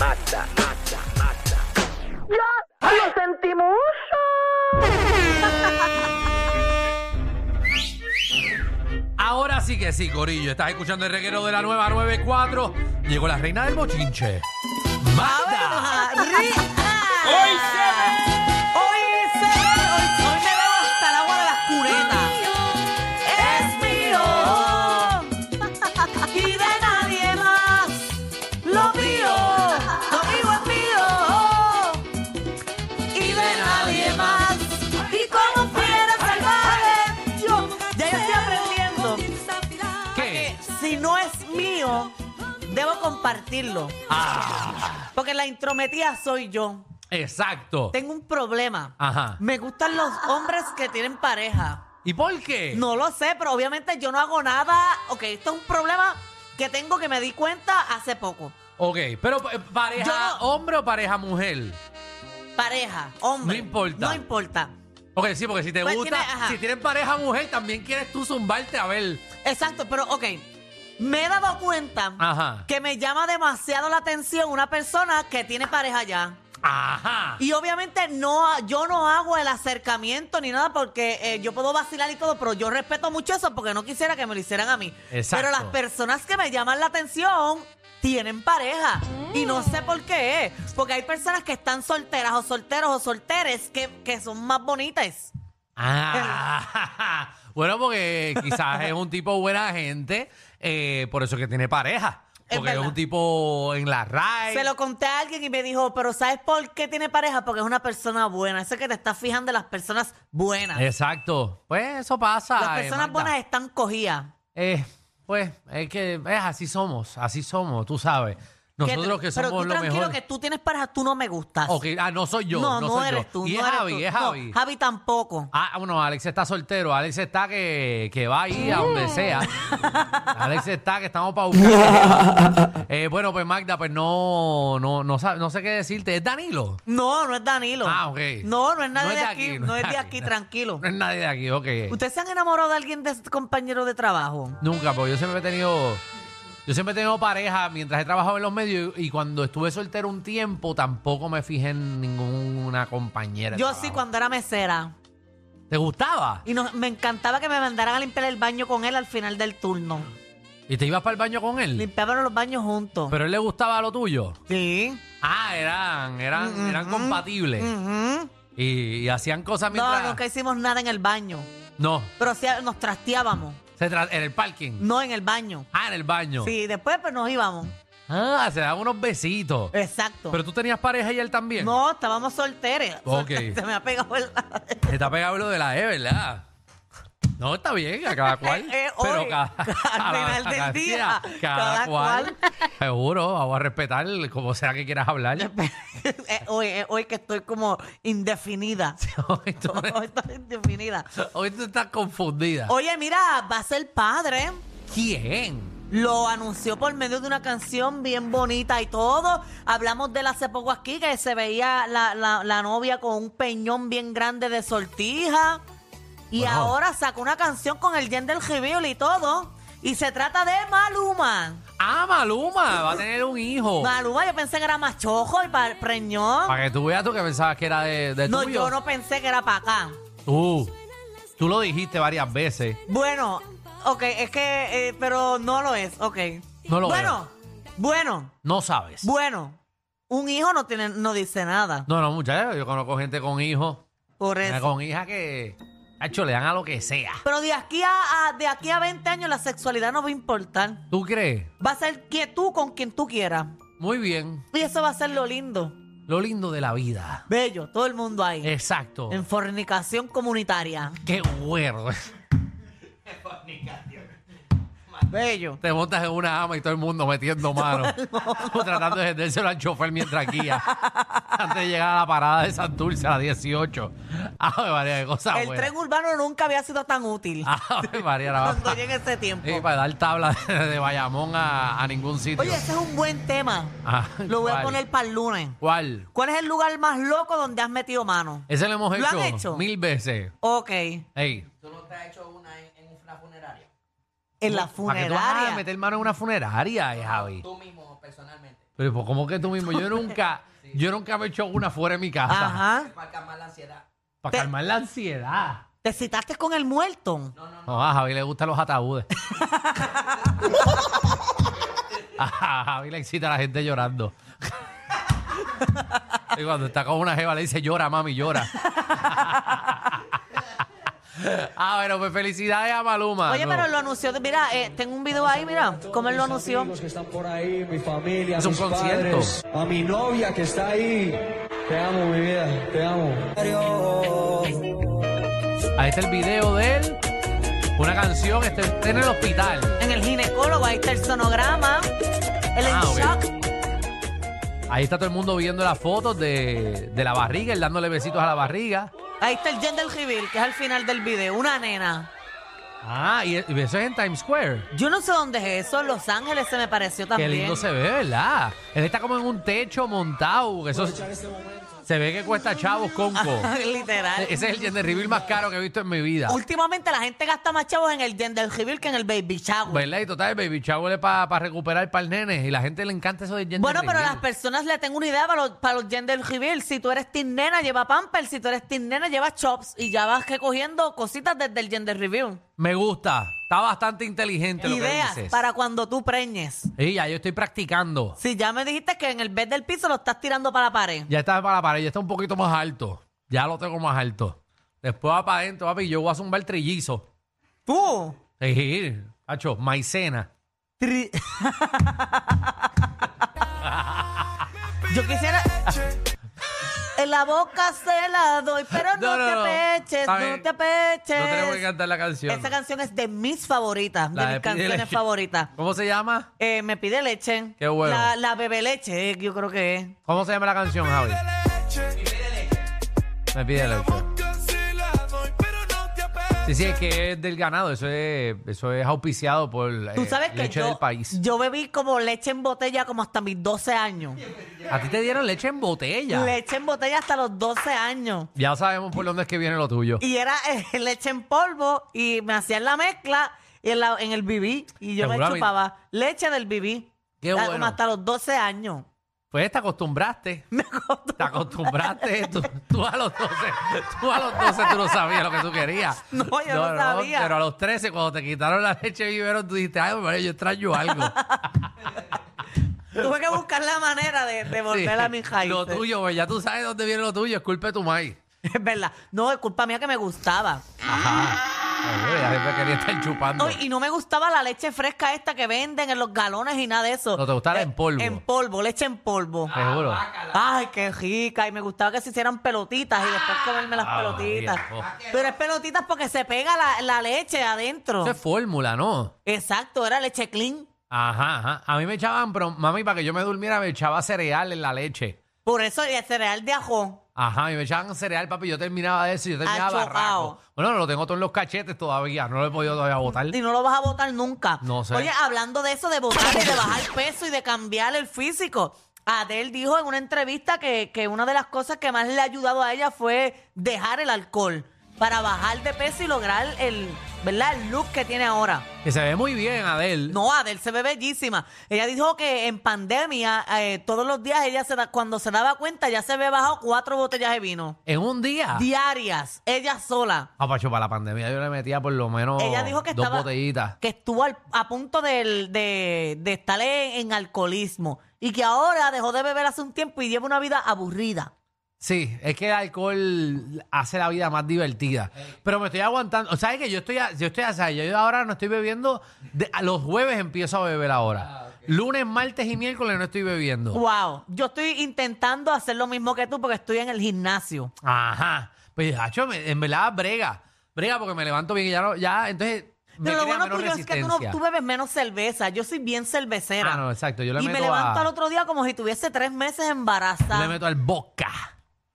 mata, mata, mata. ¡Ya! ¡Lo sentimos! Ahora sí que sí, Corillo. Estás escuchando el reguero de la nueva 94. Llegó la reina del bochinche. ¡Mata! ¡Hoy se ve! ¡Hoy se ve! Hoy, hoy me veo hasta el agua de las curetas. ¡Es mío! ¡Y de nadie más! ¡Lo mío! ¡Lo mío es mío! ¡Y de nadie más! ¡Y como fiera salvaje! Yo ya yo estoy aprendiendo ¿Qué? que si no es mío, debo compartirlo. Ah, Porque la intrometida soy yo. Exacto. Tengo un problema. Ajá. Me gustan los hombres que tienen pareja. ¿Y por qué? No lo sé, pero obviamente yo no hago nada. Ok, esto es un problema que tengo que me di cuenta hace poco. Ok, pero eh, pareja Yo no- hombre o pareja mujer. Pareja, hombre. No importa. No importa. Ok, sí, porque si te Pues gusta, tiene- ajá. si tienen pareja mujer, también quieres tú zumbarte a ver. Exacto, pero ok. Me he dado cuenta Ajá. que me llama demasiado la atención una persona que tiene pareja ya. Ajá. Y obviamente no, yo no hago el acercamiento ni nada porque eh, yo puedo vacilar y todo, pero yo respeto mucho eso porque no quisiera que me lo hicieran a mí. Exacto. Pero las personas que me llaman la atención tienen pareja y no sé por qué, porque hay personas que están solteras o solteros o solteres que, que son más bonitas. Ah, bueno, porque quizás es un tipo buena gente, eh, por eso que tiene pareja. Es Porque es, verdad. un tipo en la RAE. Se lo conté a alguien y me dijo, pero ¿sabes por qué tiene pareja? Porque es una persona buena. Eso es que te estás fijando en las personas buenas. Exacto. Pues eso pasa. las eh, personas Magda. buenas están cogidas. Eh, pues es que es así somos, así somos, tú sabes. Que te- Nosotros que pero somos tú lo tranquilo mejor. que tú tienes pareja, tú no me gustas. Ok, ah, no soy yo. no, No, no, soy eres yo. tú. Y no es eres Javi, tú. es No, Javi. Javi tampoco. Ah, ah, bueno, Alex está soltero. Alex está que, que va ahí a Uh. donde sea. Alex está que estamos para buscar. Eh, bueno, pues Magda, pues no, no, no, sab- no sé qué decirte. ¿Es Danilo? No, no es Danilo. Ah, ok. No, no es nadie de aquí. no es de nadie. aquí, tranquilo. No es nadie de aquí, ok. ¿Ustedes se han enamorado de alguien de este compañero de trabajo? Nunca, porque yo siempre he tenido. Yo siempre he tenido pareja mientras he trabajado en los medios y cuando estuve soltero un tiempo tampoco me fijé en ninguna compañera. de Yo trabajo. sí, cuando era mesera. ¿Te gustaba? Y nos- me encantaba que me mandaran a limpiar el baño con él al final del turno. ¿Y te ibas para el baño con él? Limpiábamos los baños juntos. ¿Pero él le gustaba lo tuyo? sí. Ah, eran, eran, Mm, eran compatibles. Ujú. Y, y hacían cosas mm. No, mientras... nunca hicimos nada en el baño. No, Pero sí nos trasteábamos. se tra- en el parking. No en el baño. Ah, en el baño. Mm. Sí, después pues nos íbamos. Ah, se daban unos besitos. Exacto. Pero tú tenías pareja y él también. No, estábamos solteros. Ok. Se me ha pegado el... Está pegado lo de la E, ¿verdad? No, está bien, a cada cual. Eh, eh, pero hoy, cada, al final del día, cada, cada cual. Seguro, vamos a respetar como sea que quieras hablar. Eh, hoy, eh, hoy que estoy como indefinida. hoy, tú, Hoy estoy indefinida. hoy tú estás confundida. Oye, mira, va a ser padre. ¿Quién? Lo anunció por medio de una canción bien bonita y todo. Hablamos de él hace poco aquí, que se veía la, la- la novia con un peñón bien grande de sortija. Y Wow. ahora sacó una canción con el gender reveal y todo. Y se trata de Maluma. Ah, Maluma, va a tener un hijo. Maluma, yo pensé que era machojo y pa- preñón. Oh. Para que tú veas tú que pensabas que era de, de No, tuyo. yo no pensé que era para acá. Tú, tú lo dijiste varias veces. Bueno, ok, es que, eh, pero no lo es, ok. No lo bueno, bueno, No sabes. bueno. Un hijo no tiene, no dice nada. no, no, muchachos. Yo conozco gente con hijos, Por gente eso. con hijas que, hecho, le dan a lo que sea. Pero de aquí a, a- de aquí a 20 años la sexualidad no va a importar. ¿Tú crees? Va a ser que tú con quien tú quieras. Muy bien. Y eso va a ser lo lindo. Lo lindo de la vida. Bello, todo el mundo ahí. Exacto. En fornicación comunitaria. Qué bueno. Bello. Te montas en una ama y todo el mundo metiendo mano. Tú tratando de vendérselo al chofer mientras guía. Antes de llegar a la parada de Santurce a las 18. Ave María, qué cosa el buena. tren urbano nunca había sido tan útil. Ave María, la cuando va- llegue ese tiempo. Ah, Sí, para dar tabla de, de Bayamón a, a ningún sitio. Oye, ese es un buen tema. Ah, Lo voy a ¿cuál? poner para el lunes. ¿Cuál? ¿Cuál es el lugar más loco donde has metido mano? Ese lo hemos ¿Lo hecho, han hecho? mil veces. Ok, Ey, en la ¿Para que tú vas a funeraria. meter mano en una funeraria, eh, Javi? Tú mismo, personalmente. Pero pues, ¿cómo que tú mismo? Yo nunca, yo nunca me he hecho una fuera de mi casa. Ajá. Para Te- calmar la ansiedad. ¿Te citaste con el muerto? No, a Javi le gustan los ataúdes. a Javi le excita a la gente llorando. y cuando está con una jeva le dice, llora, mami, llora. ah, bueno, pues felicidades a Maluma. Oye, Ah, ¿no? pero lo anunció. Mira, eh, tengo un video ahí, mira, cómo él lo anunció. amigos que están por ahí, mi familia, Es un mis concierto. padres, a mi novia que está ahí. Te amo, mi vida, te amo. Ahí está el video de él. Una canción, este- está en el hospital. En el ginecólogo, ahí está el sonograma. El Ah, en ok. shock. Ahí está todo el mundo viendo las fotos de, de la barriga, él dándole besitos a la barriga. Ahí está el gender reveal, que es al final del video. Una nena. Ah, y y eso es en Times Square. Yo no sé dónde es eso. Los Ángeles se me pareció Qué también. lindo se ve, ¿verdad? Él está como en un techo montado. que Eso se ve que cuesta chavos, conco. E-, Literal. Ese es el gender reveal más caro que he visto en mi vida. Últimamente la gente gasta más chavos en el gender reveal que en el baby shower. ¿Verdad? Y total, baby chavo es para recuperar para el nene. Y la gente le encanta eso de gender Bueno, pero a las reveal. personas le tengo una idea para los, para los gender reveal. Si tú eres teen nena, lleva pampers. Si tú eres teen nena, lleva chops. Y ya vas recogiendo cositas desde el gender reveal. Me gusta. Está bastante inteligente lo Ideas que dices. para cuando tú preñes. Y ya yo estoy practicando. Si ya me dijiste que en el bed del piso lo estás tirando para la pared. Ya está para la pared, ya está un poquito más alto. Ya lo tengo más alto. Después va para adentro, papi. Yo voy a zumbar trillizo. ¡Tú! Sí, hacho, maicena. Tri- Yo quisiera. En la boca se la doy, pero no, te apeches, Está no, bien. te apeches. No tenemos que cantar la canción. Esa canción es de mis favoritas, de La mis Pide canciones Leche. favoritas. ¿Cómo se llama? Eh, me pide leche. Qué bueno. La, la bebe leche, eh, yo creo que es. ¿Cómo se llama la canción, Javi? Me pide leche. Sí, sí, es que es del ganado. Eso es, eso es auspiciado por Tú eh, sabes que leche yo, del país. yo bebí como leche en botella como hasta mis 12 años. A ti te dieron leche en botella. Leche en botella hasta los 12 años. ya sabemos por dónde es que viene lo tuyo. Y era eh, leche en polvo y me hacían la mezcla y en, la- en el bibí. Y yo me Seguramente. chupaba leche del bibí. Qué Ah, bueno. Como hasta los 12 años. Pues te acostumbraste. Te acostumbraste. Tú, tú a los 12, tú a los 12 tú no sabías lo que tú querías. No, yo no sabía. Pero a los 13, cuando te quitaron la leche de vivero, tú dijiste, ay, hombre, yo extraño algo. Tuve que buscar la manera de, de Sí. volver a mi raíces. Lo tuyo, pues ya tú sabes dónde viene lo tuyo. Es culpa de tu maíz. Es verdad. No, es culpa mía que me gustaba. Ajá. Ay, Ya siempre quería estar chupando. No, y no me gustaba la leche fresca esta que venden en los galones y nada de eso. No, te gustaba la Eh, en polvo. En polvo, leche en polvo. Seguro. Ay, qué rica. Y me gustaba que se hicieran pelotitas y después comerme las Ah, pelotitas. María, Pero es pelotitas porque se pega la, la leche adentro. Eso es fórmula, ¿no? Exacto, era leche clean. Ajá, ajá. A mí me echaban, pero mami, para que yo me durmiera, me echaba cereal en la leche. Por eso y el cereal de ajo. Ajá, y me echaban cereal, papi. Yo terminaba de eso y yo terminaba Acho, barraco. pao. Bueno, lo tengo todo en los cachetes todavía. No lo he podido todavía botar. Y no lo vas a botar nunca. No sé. Oye, hablando de eso, de botar y de bajar peso y de cambiar el físico. Adele dijo en una entrevista que, que una de las cosas que más le ha ayudado a ella fue dejar el alcohol para bajar de peso y lograr el, ¿verdad? el look que tiene ahora. Que se ve muy bien, Adel. No, Adele se ve bellísima. Ella dijo que en pandemia, eh, todos los días, ella se da- cuando se daba cuenta, ya se había bajado cuatro botellas de vino. En un día. Diarias, ella sola. Ah, Pacho, para la pandemia yo le metía por lo menos Ella dijo que Oh, dos estaba- botellitas. que estuvo al- a punto del- de, de estar en, en alcoholismo y que ahora dejó de beber hace un tiempo y lleva una vida aburrida. Sí, es que el alcohol hace la vida más divertida. Pero me estoy aguantando. O sea, es que yo estoy, a- yo estoy, a- o sea, yo ahora no estoy bebiendo. de- a los jueves empiezo a beber Ah, ahora. Lunes, martes y miércoles no estoy bebiendo. Wow, yo estoy intentando hacer lo mismo que tú porque estoy en el gimnasio. Ajá. Pues, hacho, me- en verdad, brega. Brega porque me levanto bien y ya, no- ya entonces me Pero lo crea bueno menos tuyo es que tú, no, resistencia. tú bebes menos cerveza. Yo soy bien cervecera. Ah, no, exacto. Yo le y meto me levanto a- al otro día como si tuviese tres meses embarazada. Le meto al vodka.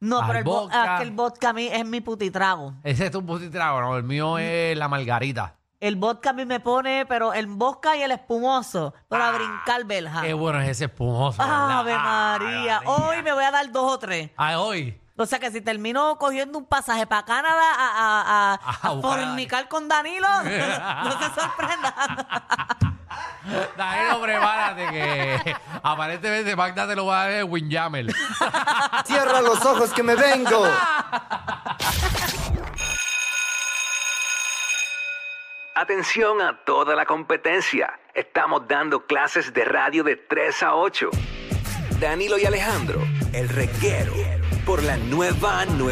no, al pero el, vo- vodka. ah, que el vodka a mí es mi putitrago. Ese es tu putitrago, ¿no? El mío Mm. es la margarita. El vodka a mí me pone, pero el vodka y el espumoso, pero a Ah, brincar belja. Qué bueno es ese espumoso. ¿verdad? Ave María, hoy me voy a dar dos o tres. Ay, hoy. O sea que si termino cogiendo un pasaje para Canadá a, a, a- Ah, a bueno. fornicar con Danilo, no se sorprenda. Danilo, prepárate que aparentemente Magda te lo va a dar en Windjammer. Cierra los ojos que me vengo. Atención a toda la competencia. Estamos dando clases de radio de 3 a 8. Danilo y Alejandro, el reguero, por la nueva nueva.